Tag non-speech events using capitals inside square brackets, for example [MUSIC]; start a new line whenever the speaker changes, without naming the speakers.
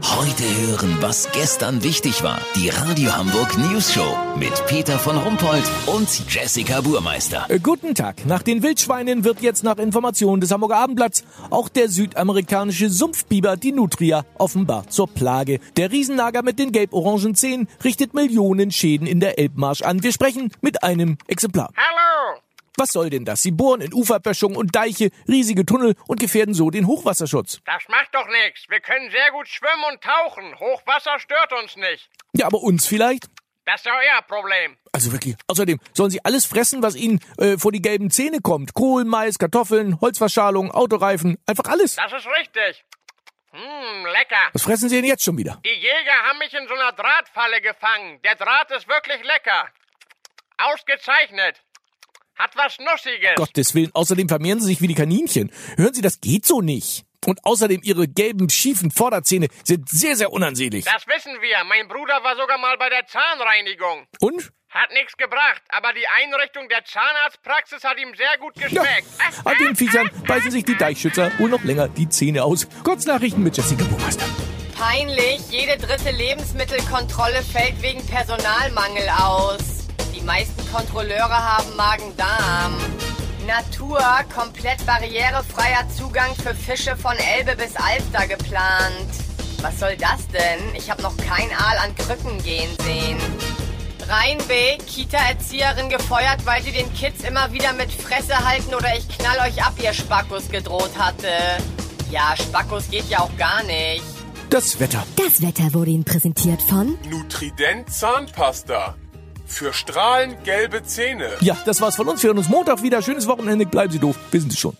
Heute hören, was gestern wichtig war. Die Radio Hamburg News Show mit Peter von Rumpold und Jessica Burmeister.
Äh, Guten Tag. Nach den Wildschweinen wird jetzt nach Informationen des Hamburger Abendblatts auch der südamerikanische Sumpfbiber, die Nutria, offenbar zur Plage. Der Riesennager mit den gelb-orangen Zähnen richtet Millionen Schäden in der Elbmarsch an. Wir sprechen mit einem Exemplar.
Hallo!
Was soll denn das? Sie bohren in Uferböschungen und Deiche, riesige Tunnel und gefährden so den Hochwasserschutz.
Das macht doch nichts. Wir können sehr gut schwimmen und tauchen. Hochwasser stört uns nicht.
Ja, aber uns vielleicht?
Das ist ja euer Problem.
Also wirklich. Außerdem sollen sie alles fressen, was ihnen äh, vor die gelben Zähne kommt. Kohl, Mais, Kartoffeln, Holzverschalung, Autoreifen, einfach alles.
Das ist richtig. Hm, lecker.
Was fressen sie denn jetzt schon wieder?
Die Jäger haben mich in so einer Drahtfalle gefangen. Der Draht ist wirklich lecker. Ausgezeichnet. Hat was Nussiges.
[LAUGHS] Gottes Willen. Außerdem vermehren sie sich wie die Kaninchen. Hören Sie, das geht so nicht. Und außerdem ihre gelben, schiefen Vorderzähne sind sehr, sehr unansehnlich.
Das wissen wir. Mein Bruder war sogar mal bei der Zahnreinigung.
Und?
Hat nichts gebracht, aber die Einrichtung der Zahnarztpraxis hat ihm sehr gut
Ja.
geschmeckt. Ah,
An den Viechern beißen sich die Deichschützer wohl noch länger die Zähne aus. Kurznachrichten mit Jessica Buchmeister.
Peinlich, jede dritte Lebensmittelkontrolle fällt wegen Personalmangel aus. Die meisten Kontrolleure haben Magen-Darm. Natur, komplett barrierefreier Zugang für Fische von Elbe bis Alster geplant. Was soll das denn? Ich habe noch kein Aal an Krücken gehen sehen. Rheinweg, Kita-Erzieherin gefeuert, weil sie den Kids immer wieder mit Fresse halten oder ich knall euch ab, ihr Spackos gedroht hatte. Ja, Spackos geht ja auch gar nicht.
Das Wetter.
Das Wetter wurde Ihnen präsentiert von
Nutrident Zahnpasta. Für strahlend gelbe Zähne.
Ja, das war's von uns. Wir hören uns Montag wieder. Schönes Wochenende. Bleiben Sie doof. Wir sind es schon.